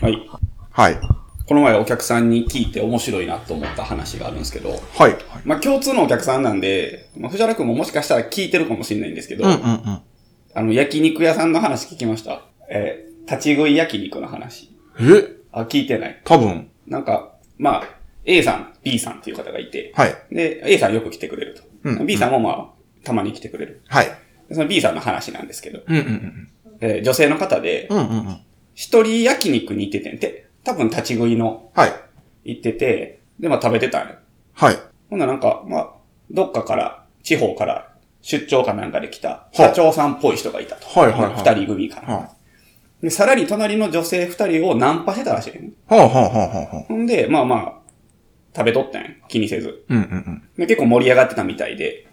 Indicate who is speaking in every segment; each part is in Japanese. Speaker 1: はい。
Speaker 2: はい。
Speaker 1: この前お客さんに聞いて面白いなと思った話があるんですけど、
Speaker 2: はい。
Speaker 1: まあ共通のお客さんなんで、まあ、藤原くんももしかしたら聞いてるかもしれないんですけど、
Speaker 2: うんうんうん。
Speaker 1: あの、焼肉屋さんの話聞きました。えー立ち食い焼肉の話。
Speaker 2: え
Speaker 1: あ、聞いてない。
Speaker 2: 多分。
Speaker 1: なんか、まあ、A さん、B さんっていう方がいて、
Speaker 2: はい。
Speaker 1: で、A さんよく来てくれると。
Speaker 2: うん
Speaker 1: B さんもまあ、たまに来てくれる。
Speaker 2: はい。
Speaker 1: でその B さんの話なんですけど、
Speaker 2: うんうん
Speaker 1: えー女性の方で、
Speaker 2: うん。うんうんうん。
Speaker 1: 一人焼肉に行っててんて、多分立ち食いの
Speaker 2: はい。
Speaker 1: 行ってて、で、まあ食べてたんよ。
Speaker 2: はい。
Speaker 1: ほんならなんか、まあ、どっかから、地方から、出張かなんかで来た、
Speaker 2: は
Speaker 1: 社長さんっぽい人がいたと。
Speaker 2: はいはいはい
Speaker 1: 二人組かな。
Speaker 2: は
Speaker 1: で、さらに隣の女性二人をナンパしてたらしいね。
Speaker 2: あ、はあはあはあはあ。
Speaker 1: ほんで、まあまあ、食べとったんや気にせず。
Speaker 2: うんうんうん。
Speaker 1: で、結構盛り上がってたみたいで。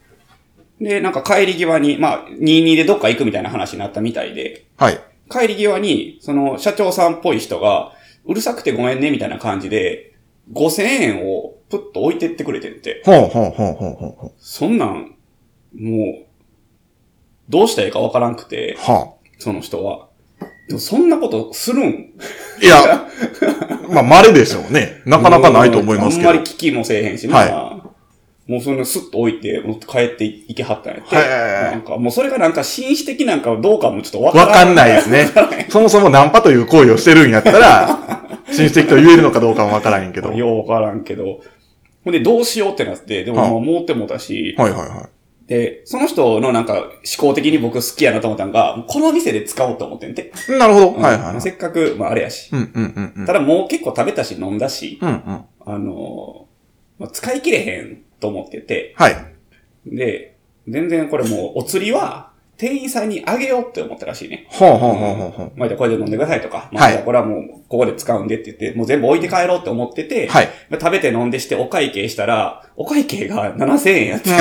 Speaker 1: で、なんか帰り際に、まあ、22でどっか行くみたいな話になったみたいで、
Speaker 2: はい。
Speaker 1: 帰り際に、その、社長さんっぽい人が、うるさくてごめんね、みたいな感じで、5000円をプッと置いてってくれてんて。
Speaker 2: はあはあはあはあは
Speaker 1: そんなん、もう、どうしたらいいかわからんくて、
Speaker 2: あ。は
Speaker 1: その人は。でもそんなことするん
Speaker 2: あ。い や、まあ、稀でしょうね。なかなかないと思いますけど。
Speaker 1: あんまり聞きもせえへんしな。
Speaker 2: は
Speaker 1: もうそんなスッと置いて、もう帰っていけはったんやって。
Speaker 2: はいはいはい
Speaker 1: なんか、もうそれがなんか紳士的なんかどうかもちょっとわから
Speaker 2: わ
Speaker 1: ん。
Speaker 2: かんないですね。 そもそもナンパという行為をしてるんやった ら、親戚と言えるのかどうかもわからへんけど。はい
Speaker 1: ようわからんけど。ほんで、どうしようってなって、でも
Speaker 2: はい
Speaker 1: もう思ってもうたし、
Speaker 2: はいは
Speaker 1: で、その人のなんか思考的に僕好きやなと思ったんが、この店で使おうと思ってんて。
Speaker 2: い。なるほど。
Speaker 1: うん
Speaker 2: はいはいはい。
Speaker 1: せっかく、まああれやし。
Speaker 2: うんうんうんうん。
Speaker 1: ただもう結構食べたし飲んだし、
Speaker 2: うんうん。
Speaker 1: あのーまあ、使い切れへんと思ってて、
Speaker 2: はい。
Speaker 1: で、全然これもうお釣りは店員さんにあげようって思ったらしいね。
Speaker 2: はあはあはあはあは
Speaker 1: まあ、じゃあこれで飲んでくださいとか、ま
Speaker 2: は
Speaker 1: あ、
Speaker 2: い
Speaker 1: じゃあこれはもうここで使うんでって言って、もう全部置いて帰ろうって思ってて、
Speaker 2: あ。はい。
Speaker 1: まあ食べて飲んでしてお会計したら、お会計が7000円や って、 ま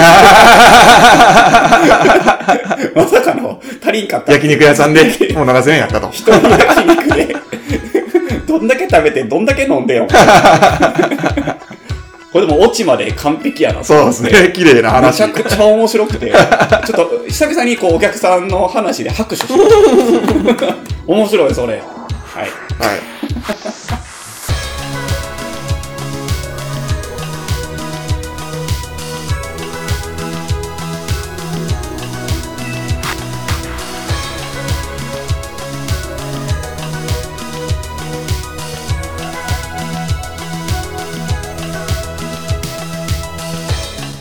Speaker 1: さかの足りんかった。
Speaker 2: 焼肉屋さんで、もう7000円やったと。
Speaker 1: 一人焼肉 で、どんだけ食べて、どんだけ飲んでよ。これでもオチまで完璧やな。
Speaker 2: そうですね。綺麗な
Speaker 1: めち
Speaker 2: 話。
Speaker 1: ゃくちゃ面白くて、ちょっと久々にこうお客さんの話で拍手し て面白い、それ。はい。
Speaker 2: はい。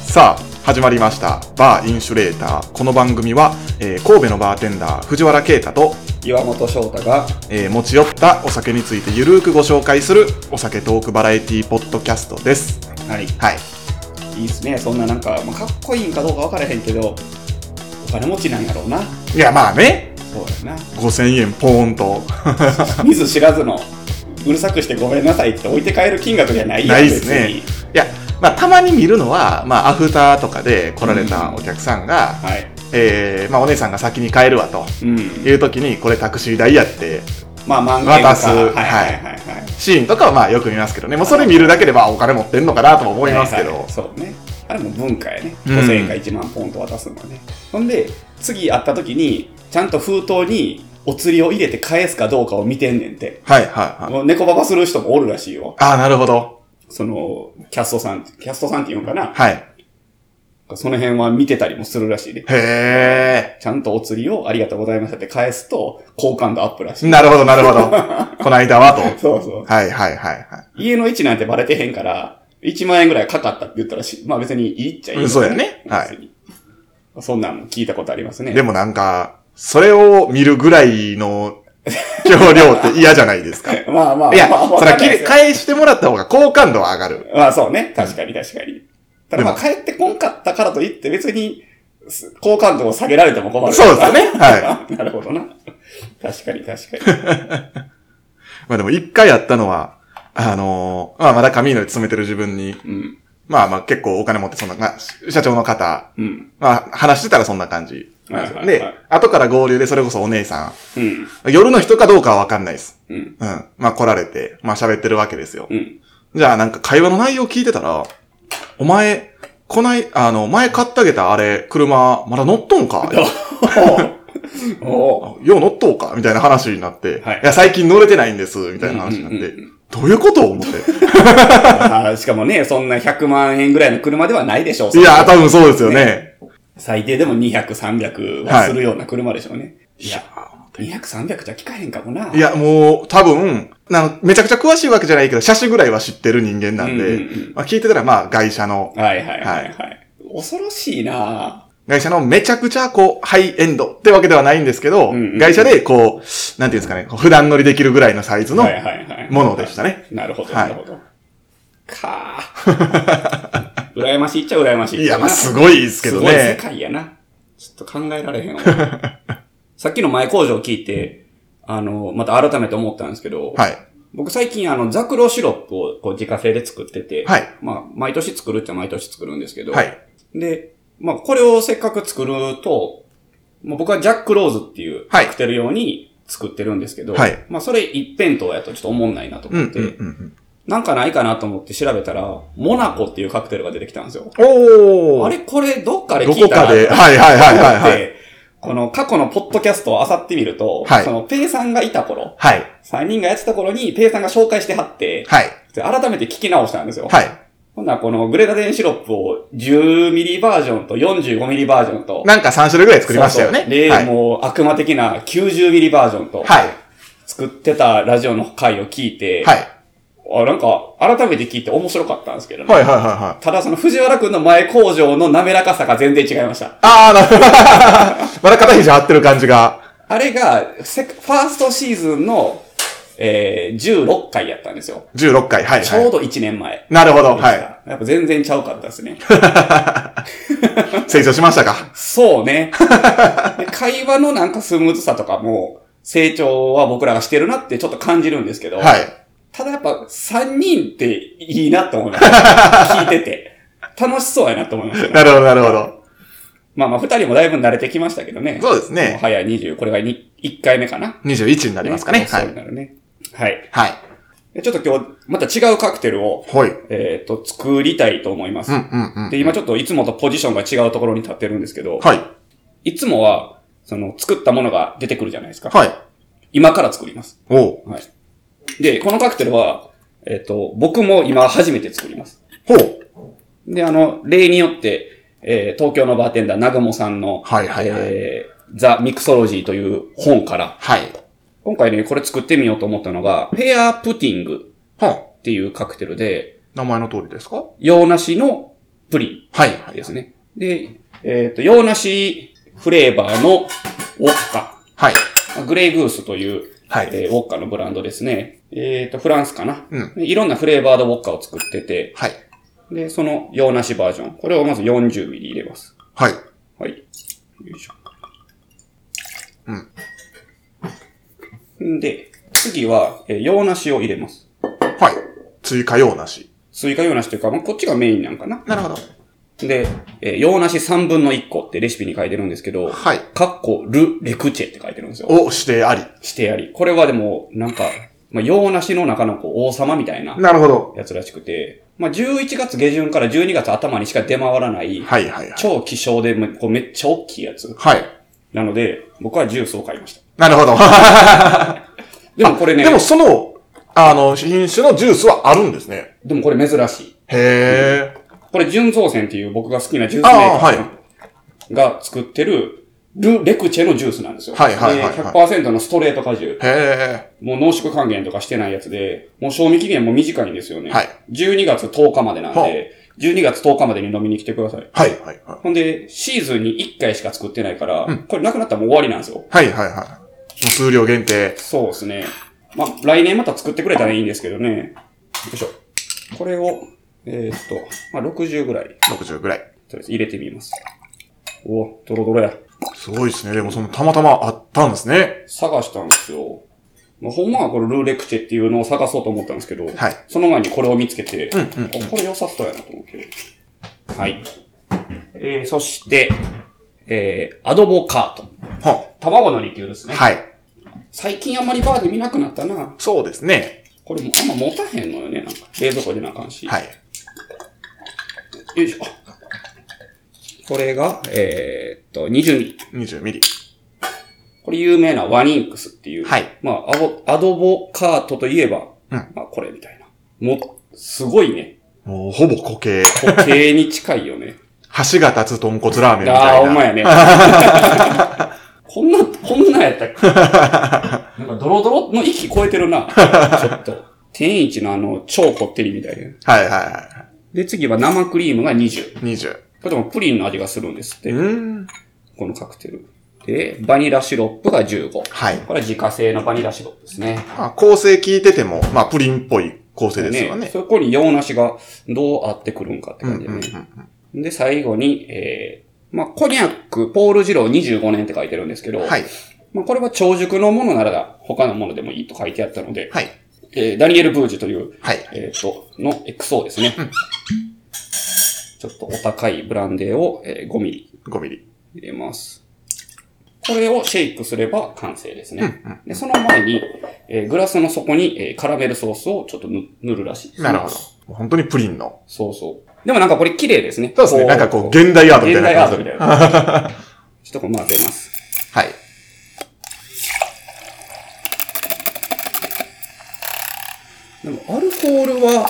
Speaker 2: さあ始まりましたバーインシュレーターこの番組は、えー神戸のバーテンダー藤原啓太と
Speaker 1: 岩本翔太が、
Speaker 2: えー持ち寄ったお酒についてゆるーくご紹介するお酒トークバラエティポッドキャストです。
Speaker 1: はい、
Speaker 2: はい。
Speaker 1: いいっすね。そんななんか、まあ、かっこいいんかどうかわからへんけど、お金持ちなんやろうな。
Speaker 2: いや、まあね、
Speaker 1: そうや
Speaker 2: 5000円ポーンと。
Speaker 1: な。見ず知らずの、うるさくしてごめんなさいって置いて帰る金額じゃないやん
Speaker 2: ないっすね。いや、まあたまに見るのは、まあアフターとかで来られたお客さんが、
Speaker 1: 別にはい。
Speaker 2: えーまあお姉さんが先に帰るわと
Speaker 1: うん。
Speaker 2: いう時に、これタクシー代やって、
Speaker 1: まあ、漫画
Speaker 2: 渡す
Speaker 1: はいはい
Speaker 2: は
Speaker 1: はいいはい。
Speaker 2: シーンとかはまあよく見ますけどね、もうそれ見るだけでまあお金持ってんのかなとも思いますけ
Speaker 1: はいは
Speaker 2: ど
Speaker 1: い。そうね。あれも文化やね。
Speaker 2: うん
Speaker 1: 5000円か1万ポンと渡すのはね。ほんで、次会った時に、ちゃんと封筒にお釣りを入れて返すかどうかを見てんねんて。
Speaker 2: はいはいはい。
Speaker 1: もう猫ババする人もおるらしいよ。
Speaker 2: ああ、なるほど。
Speaker 1: その、キャストさん、キャストさんって言うんかな。
Speaker 2: はい。
Speaker 1: その辺は見てたりもするらしいね。
Speaker 2: へ
Speaker 1: ちゃんとお釣りをありがとうございましたって返すと、好感度アップらし
Speaker 2: え。
Speaker 1: い。
Speaker 2: なるほどなるほど。こないだはと。
Speaker 1: そうそう。
Speaker 2: はいはいはいはい。
Speaker 1: 家の位置なんてバレてへんから、1万円ぐらいかかったって言ったらしい。まあ別にいいっちゃいい、
Speaker 2: うんそうやねはい
Speaker 1: 別に。そんなんも聞いたことありますね。
Speaker 2: でもなんか、それを見るぐらいの容量って嫌じゃないです か。い
Speaker 1: まあまあ、
Speaker 2: や、
Speaker 1: まあ、
Speaker 2: そ
Speaker 1: わ
Speaker 2: れ
Speaker 1: か
Speaker 2: は
Speaker 1: んないで
Speaker 2: きれ
Speaker 1: すよ
Speaker 2: 返してもらった方が好感度は上がる。
Speaker 1: まあそうね。確かに確かに。ただまあ
Speaker 2: で
Speaker 1: 帰ってこんかったからといって別に、す好感度を下げられても困る。
Speaker 2: そうですよね。は い。
Speaker 1: なるほどな。確かに確かに。
Speaker 2: まあでも一回やったのは、あのーまあまだ髪の毛詰めてる自分に、
Speaker 1: うん。
Speaker 2: まあまあ結構お金持ってそんな、まあ社長の方、
Speaker 1: うん。
Speaker 2: まあ話してたらそんな感じ。
Speaker 1: はいはいはい
Speaker 2: で、後から合流でそれこそお姉さ
Speaker 1: うん。
Speaker 2: ん、夜の人かどうかはわかんないです。
Speaker 1: うん。
Speaker 2: うん。まあ来られて、まあ喋ってるわけですよ。
Speaker 1: うん。
Speaker 2: じゃあなんか会話の内容聞いてたら、お前、こない、あの、前買ってあげたあれ、車、まだ乗っとんか
Speaker 1: おう お
Speaker 2: あよう乗っとうかみたいな話になって、
Speaker 1: はい
Speaker 2: や、最近乗れてないんです、みたいな話になって、
Speaker 1: うんうん
Speaker 2: どういうこと思って。
Speaker 1: あーしかもね、そんな100万円ぐらいの車ではないでしょう。
Speaker 2: いや、多分そうですよね。
Speaker 1: 最低でも200、300はするような車でしょうね。い、
Speaker 2: い
Speaker 1: や、200、300じゃ聞かへんかもな。
Speaker 2: いや、もう、多分、なんめちゃくちゃ詳しいわけじゃないけど、車種ぐらいは知ってる人間な
Speaker 1: う
Speaker 2: んで、
Speaker 1: んうんうん
Speaker 2: まあ、聞いてたら、まあ、外車の、
Speaker 1: はいはいはいはい。恐ろしいな
Speaker 2: 外車のめちゃくちゃ、こう、ハイエンドってわけではないんですけど、
Speaker 1: うんうんうん
Speaker 2: 外車で、こう、なんていうんですかね、こう普段乗りできるぐらいのサイズの
Speaker 1: はいはいはい
Speaker 2: ものでしたね。
Speaker 1: なるほど、な
Speaker 2: は
Speaker 1: いるほど。か あ。羨ましいっちゃ羨ましい。
Speaker 2: いや、まあ、す
Speaker 1: す
Speaker 2: ごいですけど
Speaker 1: ごい世
Speaker 2: ね。
Speaker 1: 界やな。ちょっと考えられへ んわ。さっきの前工場聞いて、あの、また改めて思ったんですけど、
Speaker 2: はい。
Speaker 1: 僕最近あの、ザクロシロップをこう自家製で作ってて、
Speaker 2: はい
Speaker 1: まあ、毎年作るっちゃ毎年作るんですけど、
Speaker 2: はい。
Speaker 1: で、まあ、これをせっかく作ると、まあ、僕はジャックローズっていう、
Speaker 2: はい
Speaker 1: カクテル用に作ってるんですけど、
Speaker 2: はい
Speaker 1: まあ、それ一辺倒やとちょっと思んないなと
Speaker 2: うん、
Speaker 1: 思
Speaker 2: う
Speaker 1: っ
Speaker 2: ん、
Speaker 1: て、
Speaker 2: うん
Speaker 1: なんかないかなと思って調べたら、モナコっていうカクテルが出てきたんですよ。
Speaker 2: うん。おー。
Speaker 1: あれこれ、どっかで
Speaker 2: ど
Speaker 1: 聞
Speaker 2: こ
Speaker 1: いたな
Speaker 2: かで、はいはいはいはいはい。
Speaker 1: でこの過去のポッドキャストを漁ってみると、
Speaker 2: はい
Speaker 1: そのペイさんがいた頃、
Speaker 2: はい。
Speaker 1: 3人がやってた頃にペイさんが紹介してはって、
Speaker 2: はい。
Speaker 1: で改めて聞き直したんですよ。
Speaker 2: はい。
Speaker 1: ほんならこのグレナデンシロップを10ミリバージョンと45ミリバージョンと、
Speaker 2: なんか3種類ぐらい作りましたよね。
Speaker 1: そうそうで、
Speaker 2: はい。
Speaker 1: もう悪魔的な90ミリバージョンと、
Speaker 2: はい。
Speaker 1: 作ってたラジオの回を聞いて、
Speaker 2: はい。
Speaker 1: あなんか改めて聞いて面白かったんですけどね。
Speaker 2: はいはいはいはい。
Speaker 1: ただその藤原くんの前工場の滑らかさが全然違いました。
Speaker 2: ああ、なるほど。 まだ肩肘張ってる感じが。
Speaker 1: あれが、セファーストシーズンの、えー、16回やったんですよ。
Speaker 2: 16回、はい、
Speaker 1: ちょ
Speaker 2: は
Speaker 1: うど1年前。
Speaker 2: い。なるほど、はい。
Speaker 1: やっぱ全然ちゃうかったですね。
Speaker 2: 成長しましたか。
Speaker 1: そうね。で会話のなんかスムーズさとかも、成長は僕らがしてるなってちょっと感じるんですけど、
Speaker 2: はい。
Speaker 1: ただやっぱ3人っていいなと思い ました。聞いてて。楽しそうやなと思いましたね。
Speaker 2: なるほど、なるほど。
Speaker 1: まあまあ2人もだいぶ慣れてきましたけどね。
Speaker 2: そうです
Speaker 1: もう
Speaker 2: ね。
Speaker 1: 早い20、これがに1回目かな。
Speaker 2: 21にな
Speaker 1: あ
Speaker 2: りますかね。は
Speaker 1: そう
Speaker 2: い。
Speaker 1: なるね。はい。
Speaker 2: はい。
Speaker 1: でちょっと今日、また違うカクテルを、
Speaker 2: ほい。
Speaker 1: えっ、と、作りたいと思います。
Speaker 2: うん、うん、う
Speaker 1: で、
Speaker 2: ん。
Speaker 1: 今ちょっといつもとポジションが違うところに立ってるんですけど、
Speaker 2: はい。
Speaker 1: い、つもは、その、作ったものが出てくるじゃないですか。
Speaker 2: はい。
Speaker 1: 今から作ります。
Speaker 2: おう。
Speaker 1: で、このカクテルは、えっ、と、僕も今初めて作ります。
Speaker 2: ほう。
Speaker 1: で、あの、例によって、えー東京のバーテンダー、南雲さんの、
Speaker 2: はいはいはい
Speaker 1: えーザ・ミクソロジーという本から、
Speaker 2: はい。
Speaker 1: 今回ね、これ作ってみようと思ったのが、ペアプティング
Speaker 2: ほ
Speaker 1: っていうカクテルで、
Speaker 2: う。名前の通りですか
Speaker 1: 洋梨のプリン。
Speaker 2: はい。はい
Speaker 1: で。すね。で、えっ、と、洋梨フレーバーのウォッカ。
Speaker 2: はい。
Speaker 1: グレイグースという、
Speaker 2: はい。
Speaker 1: えーウォッカのブランドですね。えっ、と、フランスかな。
Speaker 2: うん
Speaker 1: でいろんなフレーバードウォッカを作ってて、
Speaker 2: はい。
Speaker 1: で、その洋梨バージョン。これをまず40ミリ入れます。
Speaker 2: はい。
Speaker 1: はい。よいしょ。
Speaker 2: うん
Speaker 1: ん。で、次は、えー洋梨を入れます。
Speaker 2: はい。追加用なし。
Speaker 1: 追加洋梨というか、まあ、こっちがメインなんかな。
Speaker 2: なるほど。
Speaker 1: で、えー洋梨3分の1個ってレシピに書いてるんですけど、
Speaker 2: はい。
Speaker 1: カッコ、ル、レクチェって書いてるんですよ。
Speaker 2: をしてあり。
Speaker 1: してやり。これはでも、なんか、まあ、洋梨の中のこう王様みたいな
Speaker 2: なるほど。
Speaker 1: やつらしくて、まあ、11月下旬から12月頭にしか出回らない、
Speaker 2: はい、はい、はい。
Speaker 1: 超希少でめこうめっちゃ大きいやつ。
Speaker 2: はい。
Speaker 1: なので、僕はジュースを買いました。
Speaker 2: なるほど。
Speaker 1: でもこれね、
Speaker 2: で
Speaker 1: で
Speaker 2: も
Speaker 1: も
Speaker 2: その、あの、品種のジュースはあるんですね。
Speaker 1: これ珍しい。
Speaker 2: へえ。
Speaker 1: これ、純造船っていう僕が好きなジュースメ
Speaker 2: ああ
Speaker 1: ーカ
Speaker 2: はい
Speaker 1: ーが作ってる、ル・レクチェのジュースなんですよ。
Speaker 2: はいはいはいはい
Speaker 1: で100%のストレート果汁。
Speaker 2: へえ。
Speaker 1: もう濃縮還元とかしてないやつで、もう賞味期限も短いんですよね。
Speaker 2: はい
Speaker 1: 12月10日までなん
Speaker 2: はあ
Speaker 1: で、12月10日までに飲みに来てください。
Speaker 2: はい、はい、はい。
Speaker 1: ほんで、シーズンに1回しか作ってないから、これなくなったらもう終わりなんですよ。
Speaker 2: はいはいはい。もう数量限定。
Speaker 1: そうですね。まあ、来年また作ってくれたらいいんですけどね。よいしょ。これを、えーっと、まあ、60ぐらい、とり
Speaker 2: 60ぐらい。
Speaker 1: あえず入れてみます。お、ドロドロや。
Speaker 2: すごいですね。でもそのたまたまあったんですね。
Speaker 1: 探したんですよ。まあ、ほんまはこれルーレクチェっていうのを探そうと思ったんですけど、
Speaker 2: はい
Speaker 1: その前にこれを見つけて、
Speaker 2: んうん
Speaker 1: あこれ良さそうやなと思って。はい。えー、そして、えー、アドボカート。
Speaker 2: は
Speaker 1: 卵のリキュールですね。
Speaker 2: はい。
Speaker 1: 最近あんまりバーで見なくなったな。
Speaker 2: そうですね。
Speaker 1: これもあんま持たへんのよね、なんか。冷蔵庫でなあかんし。
Speaker 2: はい。
Speaker 1: よいしょ。これが、えー、っと、20ミリ。
Speaker 2: 20ミリ。
Speaker 1: これ有名なワニンクスっていう、
Speaker 2: はい。
Speaker 1: まあアボ、アドボカートといえば、
Speaker 2: うん
Speaker 1: まあこれみたいな。もう、すごいね。
Speaker 2: もうほぼ固形。
Speaker 1: 固形に近いよね。
Speaker 2: 橋が立つ豚骨ラーメ ンみた
Speaker 1: ああ、
Speaker 2: い
Speaker 1: お
Speaker 2: な。
Speaker 1: 前やね。こんな、こんなんやったっ けなんかドロドロの息超えてるな。ちょっと。天一のあの、超こってりみたいな。
Speaker 2: はいはいは
Speaker 1: で、次は生クリームが20。
Speaker 2: い。20。
Speaker 1: これでもプリンの味がするんですって。
Speaker 2: うーん。
Speaker 1: このカクテル。で、バニラシロップが15。こ
Speaker 2: はい。
Speaker 1: れは自家製のバニラシロップですね。
Speaker 2: まあ、構成聞いてても、まあ、プリンっぽい構成ですよね。
Speaker 1: そこに洋梨がどう合ってくるんかって
Speaker 2: うんう
Speaker 1: 感
Speaker 2: ん
Speaker 1: じ
Speaker 2: う
Speaker 1: でね。
Speaker 2: ん
Speaker 1: で、最後に、えー、まあ、コニャック、ポール二郎25年って書いてるんですけど、
Speaker 2: うん。はい。
Speaker 1: まあ、これは長熟のものならだ、他のものでもいいと書いてあったので、
Speaker 2: はい。
Speaker 1: えーダニエル・ブージュという、
Speaker 2: はい。
Speaker 1: えっ、と、の XO ですね。
Speaker 2: うん
Speaker 1: ちょっとお高いブランデーを、えー5ミリ
Speaker 2: 5ミリ。
Speaker 1: 入れます。これをシェイクすれば完成です
Speaker 2: うん
Speaker 1: ね。でその前に、えーグラスの底に、えーカラメルソースをちょっと塗塗るらしいです、
Speaker 2: うん。なるほど。もう本当にプリンの。
Speaker 1: そうそう。でもなんかこれ綺麗ですね。
Speaker 2: そうですね。なんかこう、現代アートみたいな感じ
Speaker 1: 現
Speaker 2: で。
Speaker 1: 代アートみたいな。 ちょっとこれ混ぜます。
Speaker 2: はい。
Speaker 1: でもアルコールは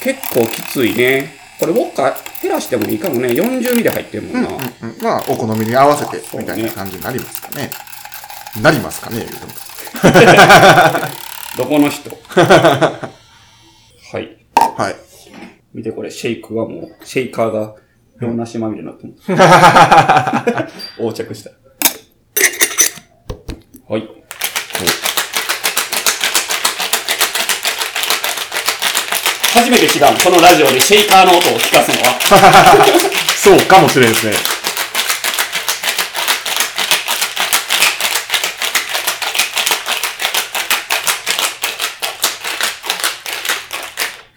Speaker 1: 結構きついね。これウォッカ減らしてもいいかもね。40ミリ入ってるもんな。
Speaker 2: うんうん、まあ、お好みに合わせて、みたいな感じになりますかね。なりますかね、言うても
Speaker 1: どこの人 はい。
Speaker 2: はい。
Speaker 1: 見てこれ、シェイクはもう、シェイカーが洋梨まみれになってます。横着した。はい。初めて違う。このラジオでシェイカーの音を聞かすのは。
Speaker 2: そうかもしれんですね。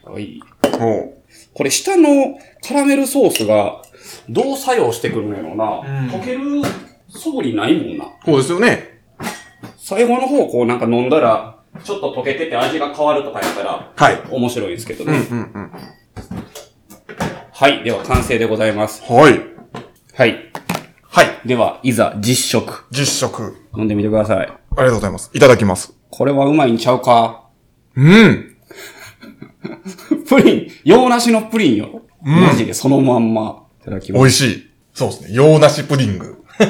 Speaker 1: はい。
Speaker 2: おう
Speaker 1: これ下のカラメルソースがどう作用してくるんやろうな。
Speaker 2: うん
Speaker 1: 溶ける素振りないもんな。
Speaker 2: そうですよね。
Speaker 1: 最後の方こうなんか飲んだら、ちょっと溶けてて味が変わるとかやったら、
Speaker 2: はい。
Speaker 1: 面白いですけど
Speaker 2: う
Speaker 1: ね。
Speaker 2: んうんうん。
Speaker 1: はい。では完成でございます。
Speaker 2: はい。
Speaker 1: はい。
Speaker 2: はい。
Speaker 1: では、いざ実食。
Speaker 2: 実食。
Speaker 1: 飲んでみてください。
Speaker 2: ありがとうございます。いただきます。
Speaker 1: これはうまいんちゃうか
Speaker 2: うん。
Speaker 1: プリン洋梨のプリンよ。マジでそのまんま。いただき
Speaker 2: 美
Speaker 1: ます。
Speaker 2: 味しい。そうですね。洋梨プディング。
Speaker 1: あー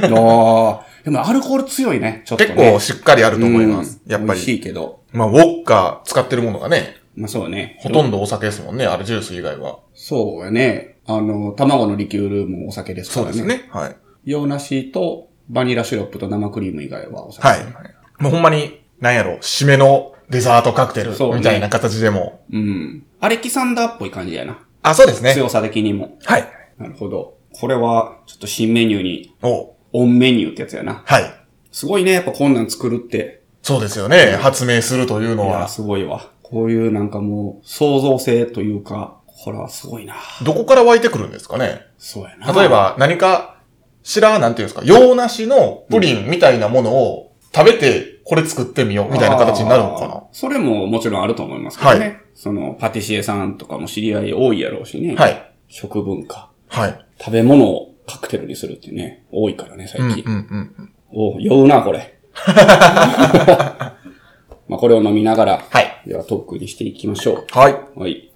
Speaker 1: でもアルコール強いね。ちょっと、ね。
Speaker 2: 結構しっかりあると思います。
Speaker 1: うん
Speaker 2: やっぱ
Speaker 1: 美味し
Speaker 2: り。
Speaker 1: いけど。
Speaker 2: まあ、ウォッカ使ってるものがね、
Speaker 1: まあそうね。
Speaker 2: ほとんどお酒ですもんね。あれ、ジュース以外は。
Speaker 1: そうやね。あの、卵のリキュールもお酒ですからね。
Speaker 2: ね。はい。
Speaker 1: 洋梨とバニラシロップと生クリーム以外はお酒。
Speaker 2: はい。もうほんまに、なんやろ、締めのデザートカクテル
Speaker 1: そうね
Speaker 2: みたいな形でも。
Speaker 1: うん。アレキサンダーっぽい感じやな。
Speaker 2: あ、そうですね。
Speaker 1: 強さ的にも。
Speaker 2: はい。
Speaker 1: なるほど。これは、ちょっと新メニューに、
Speaker 2: お
Speaker 1: オンメニューってやつやな。
Speaker 2: はい。
Speaker 1: すごいね、やっぱこんなん作るって。
Speaker 2: そうですよね。発明するという
Speaker 1: い
Speaker 2: の
Speaker 1: や、
Speaker 2: は。
Speaker 1: すごいわ。こういうなんかもう、創造性というか、これはすごいな。
Speaker 2: どこから湧いてくるんですかね。
Speaker 1: そうやな。
Speaker 2: 例え。ば、何か、知らん、なんていうんですか、洋梨のプリンみたいなものを食べて、これ作ってみよう、みたいな形になるのかな。
Speaker 1: それももちろんあると思いますけどね。
Speaker 2: は
Speaker 1: その、パティシエさんとかも知り合い多いやろうしね。
Speaker 2: はい。
Speaker 1: 食文化。
Speaker 2: はい。
Speaker 1: 食べ物をカクテルにするっていうね、多いからね、最
Speaker 2: うん、うん、
Speaker 1: 近。
Speaker 2: うん。
Speaker 1: おう酔うな、これ。 まあ、これを飲みながら、
Speaker 2: はい。
Speaker 1: ではトークにしていきましょ
Speaker 2: はい。
Speaker 1: う。はい。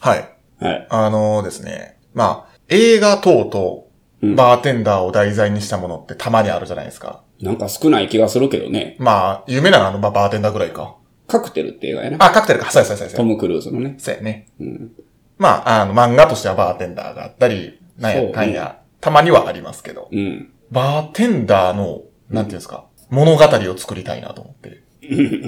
Speaker 2: はい。
Speaker 1: はい。
Speaker 2: あのーですね。まあ、映画等々、
Speaker 1: うん
Speaker 2: バーテンダーを題材にしたものってたまにあるじゃないですか。
Speaker 1: なんか少ない気がするけどね。
Speaker 2: まあ、有名なのはあの、まあ、バーテンダーぐらいか。
Speaker 1: カクテルって映画やな。
Speaker 2: あ、カクテルか。そうやそうやそうやそ
Speaker 1: ト
Speaker 2: うや。
Speaker 1: ム・クルーズのね。
Speaker 2: そうやね。
Speaker 1: うん。
Speaker 2: まあ、あの、漫画としてはバーテンダーがあったり、なん
Speaker 1: そう
Speaker 2: や、
Speaker 1: ね
Speaker 2: なんや、たまにはありますけど。
Speaker 1: うん。
Speaker 2: バーテンダーの、なんていうんですか、物語を作りたいなと思って。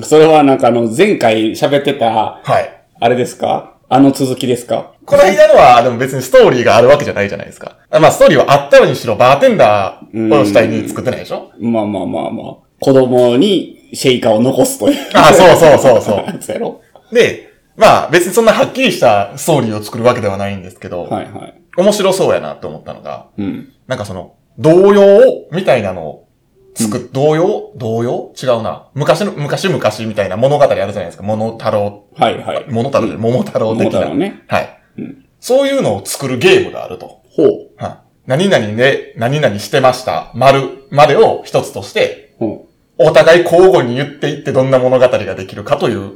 Speaker 1: それはなんかあの、前回喋ってた、
Speaker 2: はい。
Speaker 1: あれですかあの続きですか
Speaker 2: この間のは、でも別にストーリーがあるわけじゃないじゃないですか。あまあ、ストーリーはあったのにしろ、バーテンダーを主体に作ってないでしょ
Speaker 1: まあまあまあまあ。子供にシェイカーを残すという。
Speaker 2: あそうそうそうそ う
Speaker 1: やつやろ
Speaker 2: で、まあ、別にそんなはっきりしたストーリーを作るわけではないんですけど、
Speaker 1: はいはい。
Speaker 2: 面白そうやなと思ったのが、
Speaker 1: うん。
Speaker 2: なんかその、童謡みたいなのを作っ、童謡童謡違うな。昔の、昔々みたいな物語あるじゃないですか。桃太郎、
Speaker 1: はいはい。
Speaker 2: 桃太郎じゃない、桃太郎的な。
Speaker 1: 桃太郎ね。
Speaker 2: はい、
Speaker 1: うん
Speaker 2: そういうのを作るゲームがあると。
Speaker 1: ほう。
Speaker 2: は何々で、何々してました、丸までを一つとして、
Speaker 1: うん。
Speaker 2: お互い交互に言っていってどんな物語ができるかという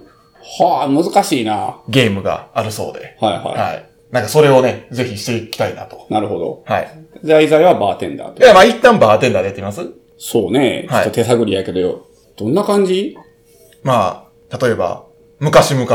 Speaker 1: はあ、難しいな。は
Speaker 2: ゲームがあるそうで。
Speaker 1: いは
Speaker 2: はい。なんかそれをね、ぜひしていきたいなと。
Speaker 1: い。なるほど。
Speaker 2: はい。
Speaker 1: 題材はバーテンダー
Speaker 2: い
Speaker 1: と。
Speaker 2: や、まあ一旦バーテンダーでやってみます
Speaker 1: そうね。ちょ
Speaker 2: は
Speaker 1: っ
Speaker 2: い
Speaker 1: と手探りやけどよ。どんな感じ
Speaker 2: まあ、例えば、昔々、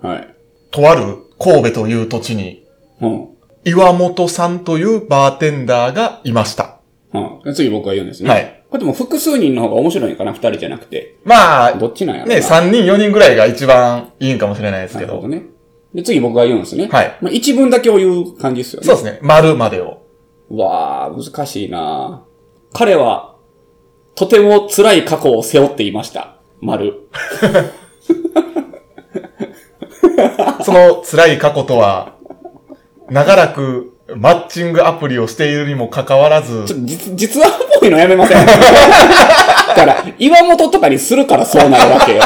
Speaker 1: はい。
Speaker 2: とある神戸という土地に、
Speaker 1: うん。
Speaker 2: 岩本さんというバーテンダーがいました。
Speaker 1: うん。次僕が言うんですね。
Speaker 2: はい。
Speaker 1: これでも複数人の方が面白いんかな二人じゃなくて。
Speaker 2: まあ、
Speaker 1: どっちなんやろな
Speaker 2: ね、3人、4人ぐらいが一番いいんかもしれないです
Speaker 1: な
Speaker 2: け
Speaker 1: るほ
Speaker 2: ど
Speaker 1: ど。ね。で、次僕が言うんですね。
Speaker 2: はい。
Speaker 1: まあ、一文だけを言う感じですよね。
Speaker 2: そうですね。丸までを。
Speaker 1: うわあ、難しいなー彼は、とても辛い過去を背負っていました。丸。
Speaker 2: その辛い過去とは、長らくマッチングアプリをしているにもかかわら
Speaker 1: ちょ
Speaker 2: ず、
Speaker 1: っと実、実話っぽいのやめま せん。だから、岩本とかにするからそうなるわけよ。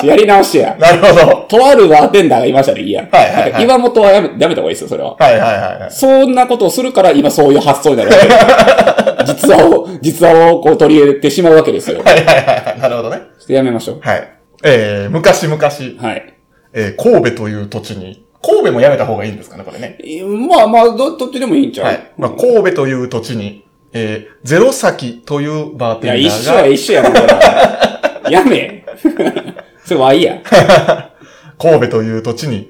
Speaker 1: ちょやり直してや。
Speaker 2: なるほど。
Speaker 1: とあるバーテンダーがいましたね、いいや。
Speaker 2: はいはいはい
Speaker 1: だから岩本はやめ、やめた方がいいですよ、それは。
Speaker 2: はいはいはいはい。
Speaker 1: そんなことをするから今そういう発想になるわけ よ実話を、実話をこう取り入れてしまうわけですよ。ちょ
Speaker 2: はいはいはいはい。なるほどね。
Speaker 1: っとやめましょう。
Speaker 2: はい。えー、昔々、
Speaker 1: はい。
Speaker 2: えー、神戸という土地に、神戸もやめた方がいいんですかね、これね。
Speaker 1: えまあまあ、ど、どっちでもいいんちゃう、
Speaker 2: はい。まあ、神戸という土地に、えー、ゼロ崎というバー
Speaker 1: いや、
Speaker 2: テン
Speaker 1: 一
Speaker 2: ダ
Speaker 1: 緒や、
Speaker 2: ーが、
Speaker 1: 一緒や、もうや め。それはいいや。
Speaker 2: 神戸という土地に、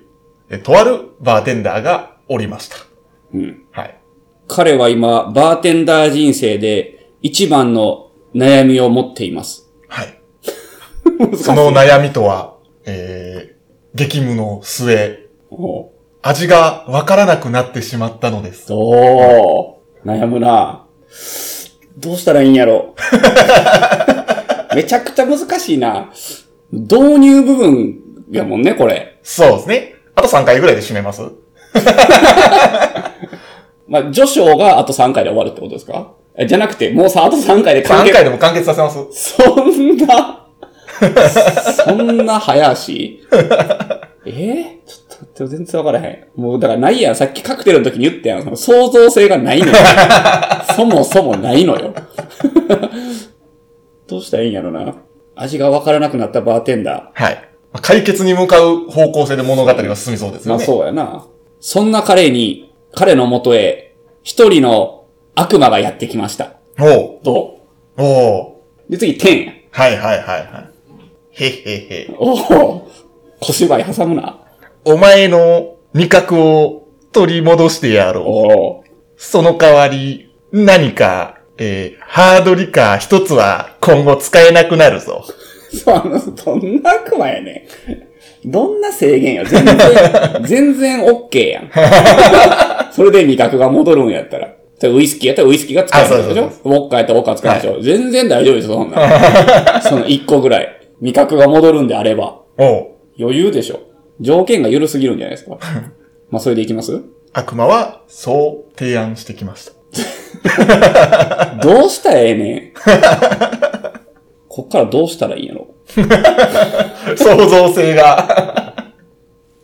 Speaker 2: えーとあるバーテンダーがおりました。
Speaker 1: うん。
Speaker 2: はい。
Speaker 1: 彼は今、バーテンダー人生で一番の悩みを持っています。
Speaker 2: はい。
Speaker 1: 難しい
Speaker 2: その悩みとは、えー、激務の末、
Speaker 1: お
Speaker 2: 味がわからなくなってしまったのです。
Speaker 1: どう悩むな。どうしたらいいんやろ。 めちゃくちゃ難しいな。導入部分やもんね、これ。
Speaker 2: そうですね。あと3回ぐらいで締めます
Speaker 1: まあ、序章があと3回で終わるってことですかえじゃなくて、もうさ、あと3回で完
Speaker 2: ?3
Speaker 1: 結
Speaker 2: 回でも完結させます
Speaker 1: そんな、そんな早足えーちょっと待って、全然わからへん。もう、だからないやん。さっきカクテルの時に言ったやん。その創造性がないのよ。そもそもないのよ。 どうしたらいいんやろな。味がわからなくなったバーテンダ
Speaker 2: はい。まあ解決に向かう方向性で物語が進みそうです
Speaker 1: ー。まあ
Speaker 2: よね。
Speaker 1: そうやな。そんな彼に、彼の元へ、一人の悪魔がやってきました。
Speaker 2: おう
Speaker 1: ど
Speaker 2: おう
Speaker 1: うで、次、天や。
Speaker 2: はいはいはいはい。へっへっへ。
Speaker 1: おお小芝居挟むな。
Speaker 2: お前の味覚を取り戻してやろう。
Speaker 1: おお
Speaker 2: その代わり、何か、えー、ハードリカー一つは今後使えなくなるぞ。
Speaker 1: そう、あの、どんな悪魔やねん。どんな制限や。全然、全 然オッケーやん。それで味覚が戻るんやったら。じゃあウイスキーやったらウイスキーが使えるでしょ
Speaker 2: あそうそう
Speaker 1: ウォッカやったらウォッカ使えるでしょ、全然大丈夫ですよ、そん なん。その一個ぐらい。味覚が戻るんであれば。
Speaker 2: おう
Speaker 1: 余裕でしょ。条件が緩すぎるんじゃない ですか。まあ、それでいきます
Speaker 2: 悪魔は、そう提案してきました。
Speaker 1: どうしたらええ ねん。こっからどうしたらいいんやろ。
Speaker 2: 創造性が。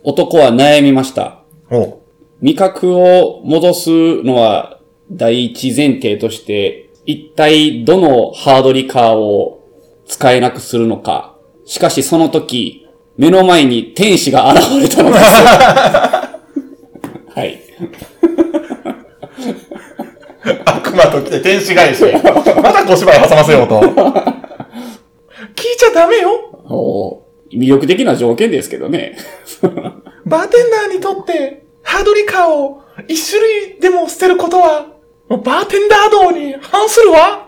Speaker 1: 男は悩みました。
Speaker 2: おう
Speaker 1: 味覚を戻すのは第一前提として、一体どのハードリカーを使えなくするのか。しかしその時、目の前に天使が現れたのです。はい。
Speaker 2: 悪魔と来て天使返し。また小芝居挟ませようと。聞いちゃダメよ。
Speaker 1: おー魅力的な条件ですけどね。
Speaker 2: バーテンダーにとって、ハードリカーを一種類でも捨てることは、もうバーテンダー道に反する わ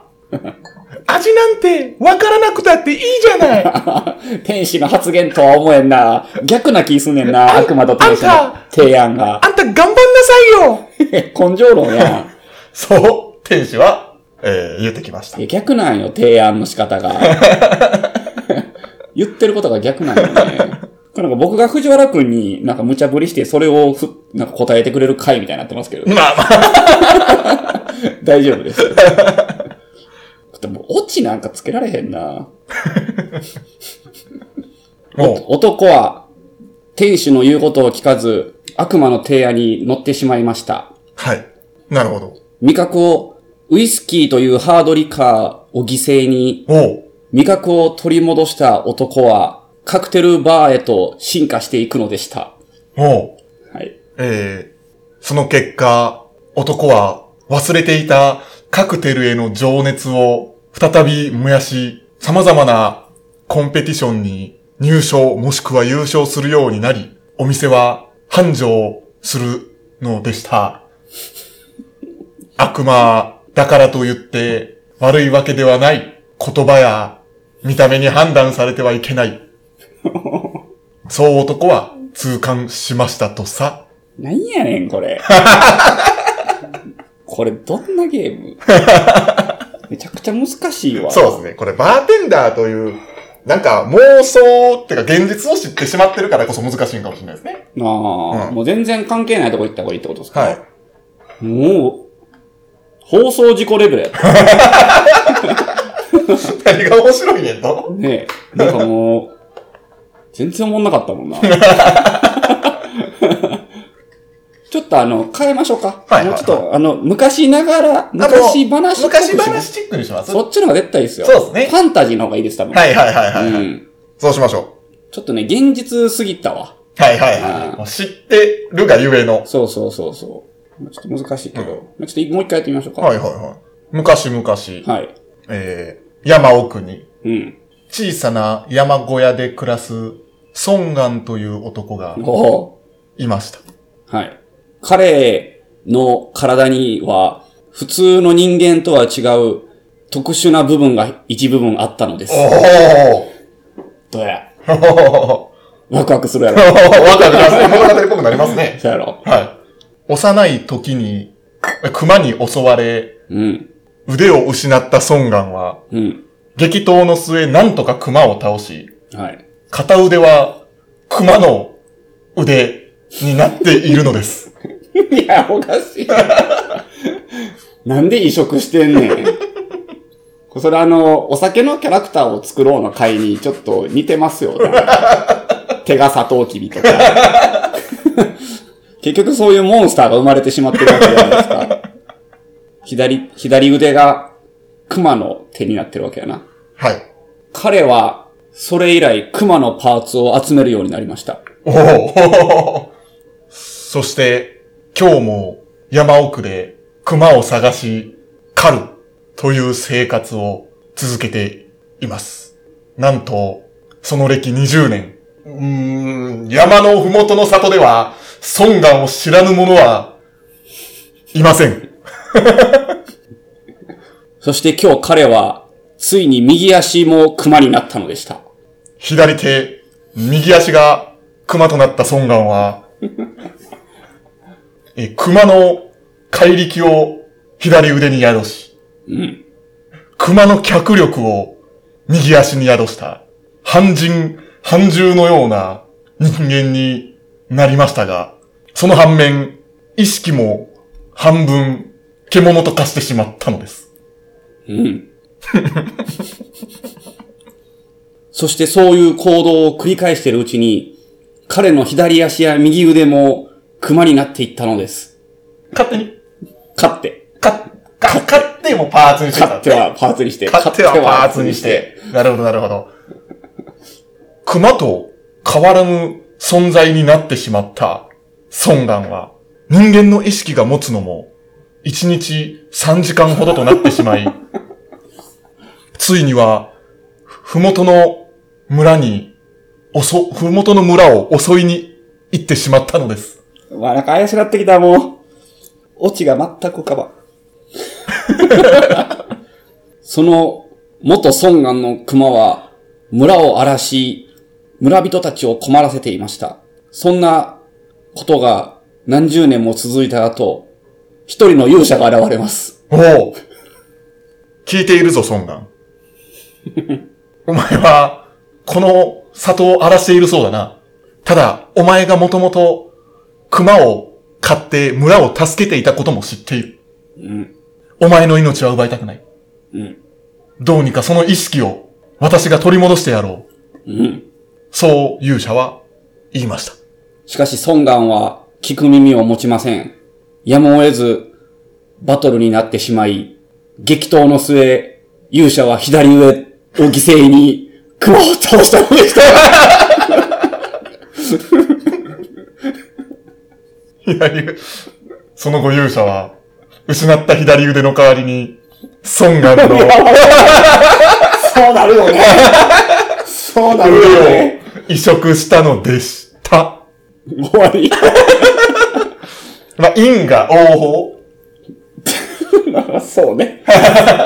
Speaker 2: 味なんてわからなくたっていいじゃないあ
Speaker 1: 天使の発言とは思えんな。逆な気すんねんな。悪魔と天使の提案が。
Speaker 2: んた頑張んなさいよ
Speaker 1: 根性論やん。
Speaker 2: そう、天使は、えー、言ってきました
Speaker 1: い。や逆なんよ、提案の仕方が。 言ってることが逆なんよね。なんか僕が藤原くんになんか無茶ぶりして、それをふなんか答えてくれる回みたいになってますけど、
Speaker 2: まあまあ、
Speaker 1: 大丈夫です。でも、オチなんかつけられへんな。
Speaker 2: も
Speaker 1: 男は、天使の言うことを聞かず、悪魔の提案に乗ってしまいました
Speaker 2: う。、はい。なるほど。
Speaker 1: 味覚を、ウイスキーというハードリカーを犠牲に、
Speaker 2: おう。
Speaker 1: 味覚を取り戻した男は、カクテルバーへと進化していくのでした。
Speaker 2: おう。
Speaker 1: はい。
Speaker 2: えー、その結果、男は忘れていたカクテルへの情熱を再び燃やし、様々なコンペティションに入賞もしくは優勝するようになり、お店は繁盛するので した。悪魔だからと言って悪いわけではない言葉や見た目に判断されてはいけない。そう男は痛感しましたとさ。
Speaker 1: なんやねん、これ。 これ、どんなゲー ムめちゃくちゃ難しいわ。
Speaker 2: そうですね。これバーテンダーという、なんか妄想っていうか現実を知ってしまってるからこそ難しいんかもしれないですね。
Speaker 1: なあ、
Speaker 2: うん
Speaker 1: もう全然関係ないとこ行った方がいいってことですか
Speaker 2: はい。
Speaker 1: もう、放送事故レベルやった
Speaker 2: 何が面白いねんと。
Speaker 1: ね。なんかもう、全然おもんなかったもんな。 ちょっとあの、変えましょうか。
Speaker 2: はい
Speaker 1: もうちょっと、あの、昔ながら、
Speaker 2: あの
Speaker 1: 昔話っぽくし
Speaker 2: 昔
Speaker 1: ます
Speaker 2: 話チックにしますは
Speaker 1: そっちの方が絶対いいですよ。
Speaker 2: そうですね
Speaker 1: ファンタジーの方がいいです、多分。
Speaker 2: いはいはいはい。
Speaker 1: うん。
Speaker 2: そうしましょ
Speaker 1: ちょっとね、現実すぎたわ。
Speaker 2: う。はいはいは
Speaker 1: うん
Speaker 2: い。もう知ってるがゆえの。
Speaker 1: そうそうそうそう。ちょっと難しいけど。ちょっともう一回やってみましょうか。
Speaker 2: はいはいはい。昔々、
Speaker 1: はい。
Speaker 2: えー、山奥に、
Speaker 1: うん。
Speaker 2: 小さな山小屋で暮らす、孫安という男が
Speaker 1: おー
Speaker 2: いました。
Speaker 1: はい。彼の体には、普通の人間とは違う特殊な部分が一部分あったのです。どうや
Speaker 2: おお
Speaker 1: ワクワクするや
Speaker 2: わかります
Speaker 1: ろ
Speaker 2: ね。物語っぽくなりますね。
Speaker 1: そうやろ
Speaker 2: はい。幼い時に、え熊に襲われ、
Speaker 1: うん。
Speaker 2: 腕を失った孫ンは、
Speaker 1: うん。
Speaker 2: 激闘の末、なんとか熊を倒し、
Speaker 1: はい。
Speaker 2: 片腕は、熊の腕になっているの です。
Speaker 1: いや、おかしい。なんで移植してんねん。それあの、お酒のキャラクターを作ろうの回にちょっと似てますよ。手がサトウキビとか。 結局そういうモンスターが生まれてしまってるわけじゃないですか。左、左腕が熊の手になってるわけやな。
Speaker 2: はい。
Speaker 1: 彼は、それ以来熊のパーツを集めるようになりました。
Speaker 2: おお。そして、今日も山奥で熊を探し、狩るという生活を続けています。なんと、その歴20年。うーん、山のふもとの里では、孫願を知らぬ者は、いません。
Speaker 1: そして今日彼は、ついに右足も熊になったのでした。
Speaker 2: 左手、右足が熊となった孫願は、え熊の怪力を左腕に宿し、
Speaker 1: うん。
Speaker 2: 熊の脚力を右足に宿した、半人、半獣のような人間になりましたが、その反面、意識も半分、獣と化してしまったのです。
Speaker 1: うん。そしてそういう行動を繰り返しているうちに、彼の左足や右腕も熊になっていったのです。
Speaker 2: 勝手に、
Speaker 1: 勝って。
Speaker 2: か、か、勝手にもパーツにしてた
Speaker 1: 勝ってはパーツにして。
Speaker 2: 勝手はパーツにし。て。なるほど、なるほど。熊と変わらぬ存在になってしまった孫願は、人間の意識が持つのも、1日3時間ほどとなってしまい、 ついには、ふもとの村に、おそ、ふもとの村を襲いに行ってしまったのです。
Speaker 1: わ、なんか怪しくなってきた、もう。オチが全く浮かばん。その、元孫願の熊は、村を荒らし、村人たちを困らせていました。そんなことが何十年も続いた後、一人の勇者が現れます。
Speaker 2: おお聞いているぞ、孫 願。お前は、この里を荒らしているそうだな。ただ、お前がもともと、熊を飼って村を助けていたことも知っている。
Speaker 1: うん。
Speaker 2: お前の命は奪いたくない。
Speaker 1: うん。
Speaker 2: どうにかその意識を、私が取り戻してやろう。
Speaker 1: うん。
Speaker 2: そう勇者は言いました。
Speaker 1: しかし孫願は聞く耳を持ちません。やむを得ず、バトルになってしまい、激闘の末、勇者は左上を犠牲に、クマを倒したのでした。
Speaker 2: 左腕その後勇者は、失った左腕の代わりに、ソンガンの腕を
Speaker 1: そうなるよね。 そうなるよね。
Speaker 2: 移植したのでした。
Speaker 1: 終わり。
Speaker 2: まあ、因が応報
Speaker 1: そうね。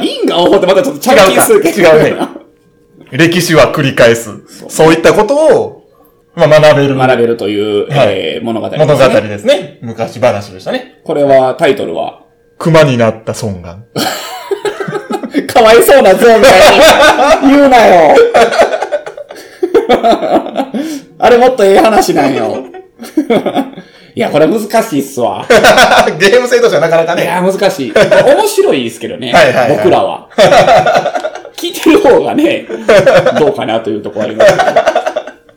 Speaker 1: 因果応報ってまたちょっとちゃう気がするけど。
Speaker 2: 違うか違歴史は繰り返す。そういったことを、まあ、学べる
Speaker 1: 学べるという、
Speaker 2: はい
Speaker 1: えー物語ですね、
Speaker 2: 物語ですね。昔話でしたね。
Speaker 1: これは、タイトルは、
Speaker 2: 熊になったソンガ ン。
Speaker 1: かわいそうなゾーンだよ。言うなよ。あれもっとええ話なんよ。いや、これ難しいっすわ。
Speaker 2: ゲーム制度じゃなかなか
Speaker 1: い
Speaker 2: ね。
Speaker 1: や、難しい。面白いですけどね。
Speaker 2: はいはいはい
Speaker 1: 僕らは。聞いてる方がね、どうかなというところありますけど。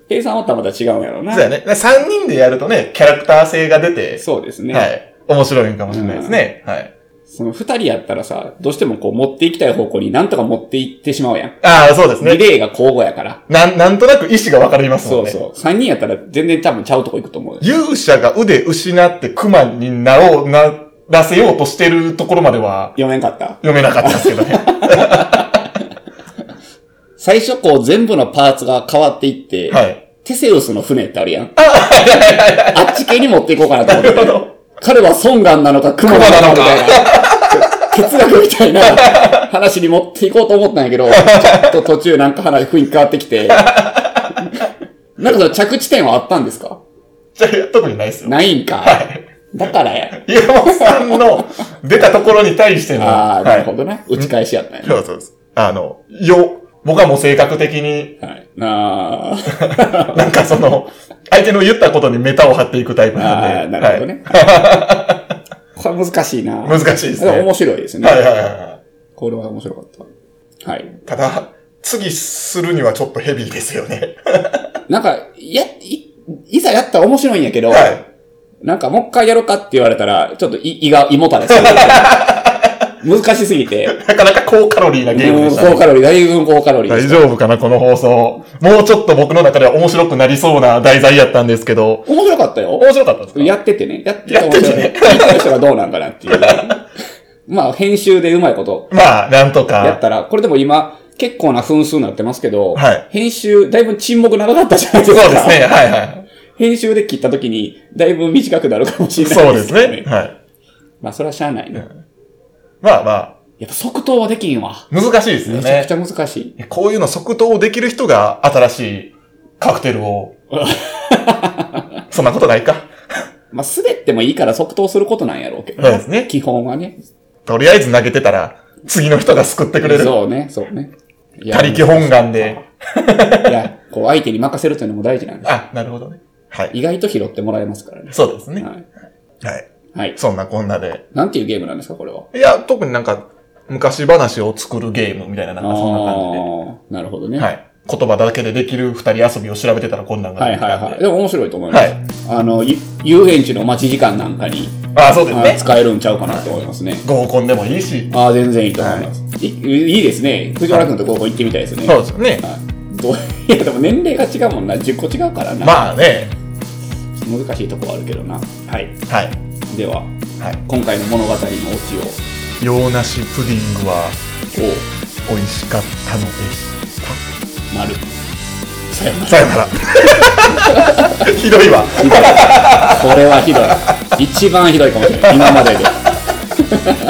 Speaker 1: 計算はまた違うんやろうな
Speaker 2: そう。だよね。3人でやるとね、キャラクター性が出て、
Speaker 1: そうですね。
Speaker 2: はい。面白いんかもしれないですね。はい。
Speaker 1: その二人やったらさ、どうしてもこう持っていきたい方向になんとか持っていってしまうやん。
Speaker 2: ああ、そうです
Speaker 1: リ
Speaker 2: ね。
Speaker 1: レーが交互やから。
Speaker 2: なん、なんとなく意思がわかります
Speaker 1: そ
Speaker 2: もん
Speaker 1: う
Speaker 2: ね。
Speaker 1: そう。三人やったら全然多分ちゃうとこ行くと思うよ。
Speaker 2: 勇者が腕失って熊になろう、ならせようとしてるところまでは
Speaker 1: 読めんかった。
Speaker 2: 読めなかったですけど ね。
Speaker 1: 最初こう全部のパーツが変わっていって、
Speaker 2: はい。
Speaker 1: テセウスの船ってあるやん。あっち系に持っていこうかなと思って
Speaker 2: なるほど。
Speaker 1: 彼はソンガンなのか、クモなのかみたいな。哲学み たいな話に持っていこうと思ったんやけど、ちょっと途中なんか話雰囲気変わってきて。なんかその着地点はあったんですか
Speaker 2: じゃあ、特にないですよ。
Speaker 1: ないんか。
Speaker 2: はい。
Speaker 1: だからや。
Speaker 2: 岩本さんの出たところに対しての、
Speaker 1: ああ、なるほ
Speaker 2: は
Speaker 1: どね。打ち返しやったん
Speaker 2: い。
Speaker 1: や。
Speaker 2: そうそうです。あの、よ、僕はもう性格的に、
Speaker 1: はい。なあ
Speaker 2: なんかその、相手の言ったことにメタを張っていくタイプなんで。
Speaker 1: あー、なるほどね。これ難しいな。
Speaker 2: はい。難しいですね。
Speaker 1: でも面白いですね。
Speaker 2: はいはいはいは
Speaker 1: これは面白かった。はい。
Speaker 2: い。ただ、次するにはちょっとヘビーですよね。
Speaker 1: なんか、や、い、いざやったら面白いんやけど、
Speaker 2: はい。
Speaker 1: なんかもう一回やろうかって言われたら、ちょっと胃胃が、胃もたれす る。難しすぎて、
Speaker 2: なかなか高カロリーなゲームでしたね
Speaker 1: 高。カロリー、大分高カロリーで
Speaker 2: 大
Speaker 1: し
Speaker 2: 丈夫かなこの放送。もうちょっと僕の中では面白くなりそうな題材やったんですけど。
Speaker 1: た。面白かったよ。
Speaker 2: 面白かったんですか
Speaker 1: やっててね。やってて面白い。
Speaker 2: やっ
Speaker 1: 聞いてる人がどうなんかな っていう。まあ、編集でうまいこと
Speaker 2: まあ、なんと
Speaker 1: やっ
Speaker 2: か。
Speaker 1: たら、これでも今、結構な分数になってますけど、
Speaker 2: はい
Speaker 1: 編集、だいぶ沈黙長かったじゃないで
Speaker 2: そ
Speaker 1: す
Speaker 2: う
Speaker 1: か。
Speaker 2: ですね。はいはい。
Speaker 1: 編集で切った時に、だいぶ短くなるかもしれな
Speaker 2: そ
Speaker 1: いうで
Speaker 2: ですす
Speaker 1: けど
Speaker 2: ね。はい。
Speaker 1: まあ、それはしゃあないね。
Speaker 2: まあまあ、
Speaker 1: やっぱ即答はできんわ。
Speaker 2: 難しいですよ
Speaker 1: めちゃく
Speaker 2: ね
Speaker 1: ち。ゃ難しい。
Speaker 2: こういうの即答できる人が新しいカクテルを。そんなことないか。
Speaker 1: まあ、滑ってもいいから即答することなんやろうけど
Speaker 2: そうですね
Speaker 1: 基本はね。
Speaker 2: とりあえず投げてたら、次の人が救ってくれる。
Speaker 1: そうね、そうね。いや
Speaker 2: 他力本願で。
Speaker 1: いや、こう相手に任せるというのも大事なんです。
Speaker 2: あ、なるほどね。はい。
Speaker 1: 意外と拾ってもらえますからね。
Speaker 2: そうですね。は
Speaker 1: はい。
Speaker 2: い。
Speaker 1: はい。
Speaker 2: そんなこんなで。
Speaker 1: なんていうゲームなんですか、これは。
Speaker 2: いや、特になんか、昔話を作るゲームみたいな、なんかそんな感じで。
Speaker 1: ああ、なるほどね。
Speaker 2: は
Speaker 1: はい。
Speaker 2: い。言葉だけでできる二人遊びを調べてたらこんなんが
Speaker 1: はい
Speaker 2: 出てきたんで
Speaker 1: はいでも面白いと思います。あの、ゆ遊園地の待ち時間なんかに、
Speaker 2: ああ、そうです
Speaker 1: あの
Speaker 2: ね。
Speaker 1: 使えるんちゃうかなと思いますね。
Speaker 2: 合コンでもいいし。
Speaker 1: ああ、全然いいと思います。い、いいですね。藤原君と高校行ってみたいですね。
Speaker 2: そうですよね。
Speaker 1: はいどう いや、でも年齢が違うもんな。10個違うからな。
Speaker 2: まあね。
Speaker 1: 難しいとこはあるけどな。はい。
Speaker 2: はい。
Speaker 1: では、
Speaker 2: はい。
Speaker 1: 今回の物語のオチを、
Speaker 2: 洋梨プディングは
Speaker 1: お
Speaker 2: 美味しかったのでし
Speaker 1: 丸。 さよなら
Speaker 2: た。。さよなら。 ひどいわ。
Speaker 1: ひどい。これはひどい。一番ひどいかもしれない。今までで。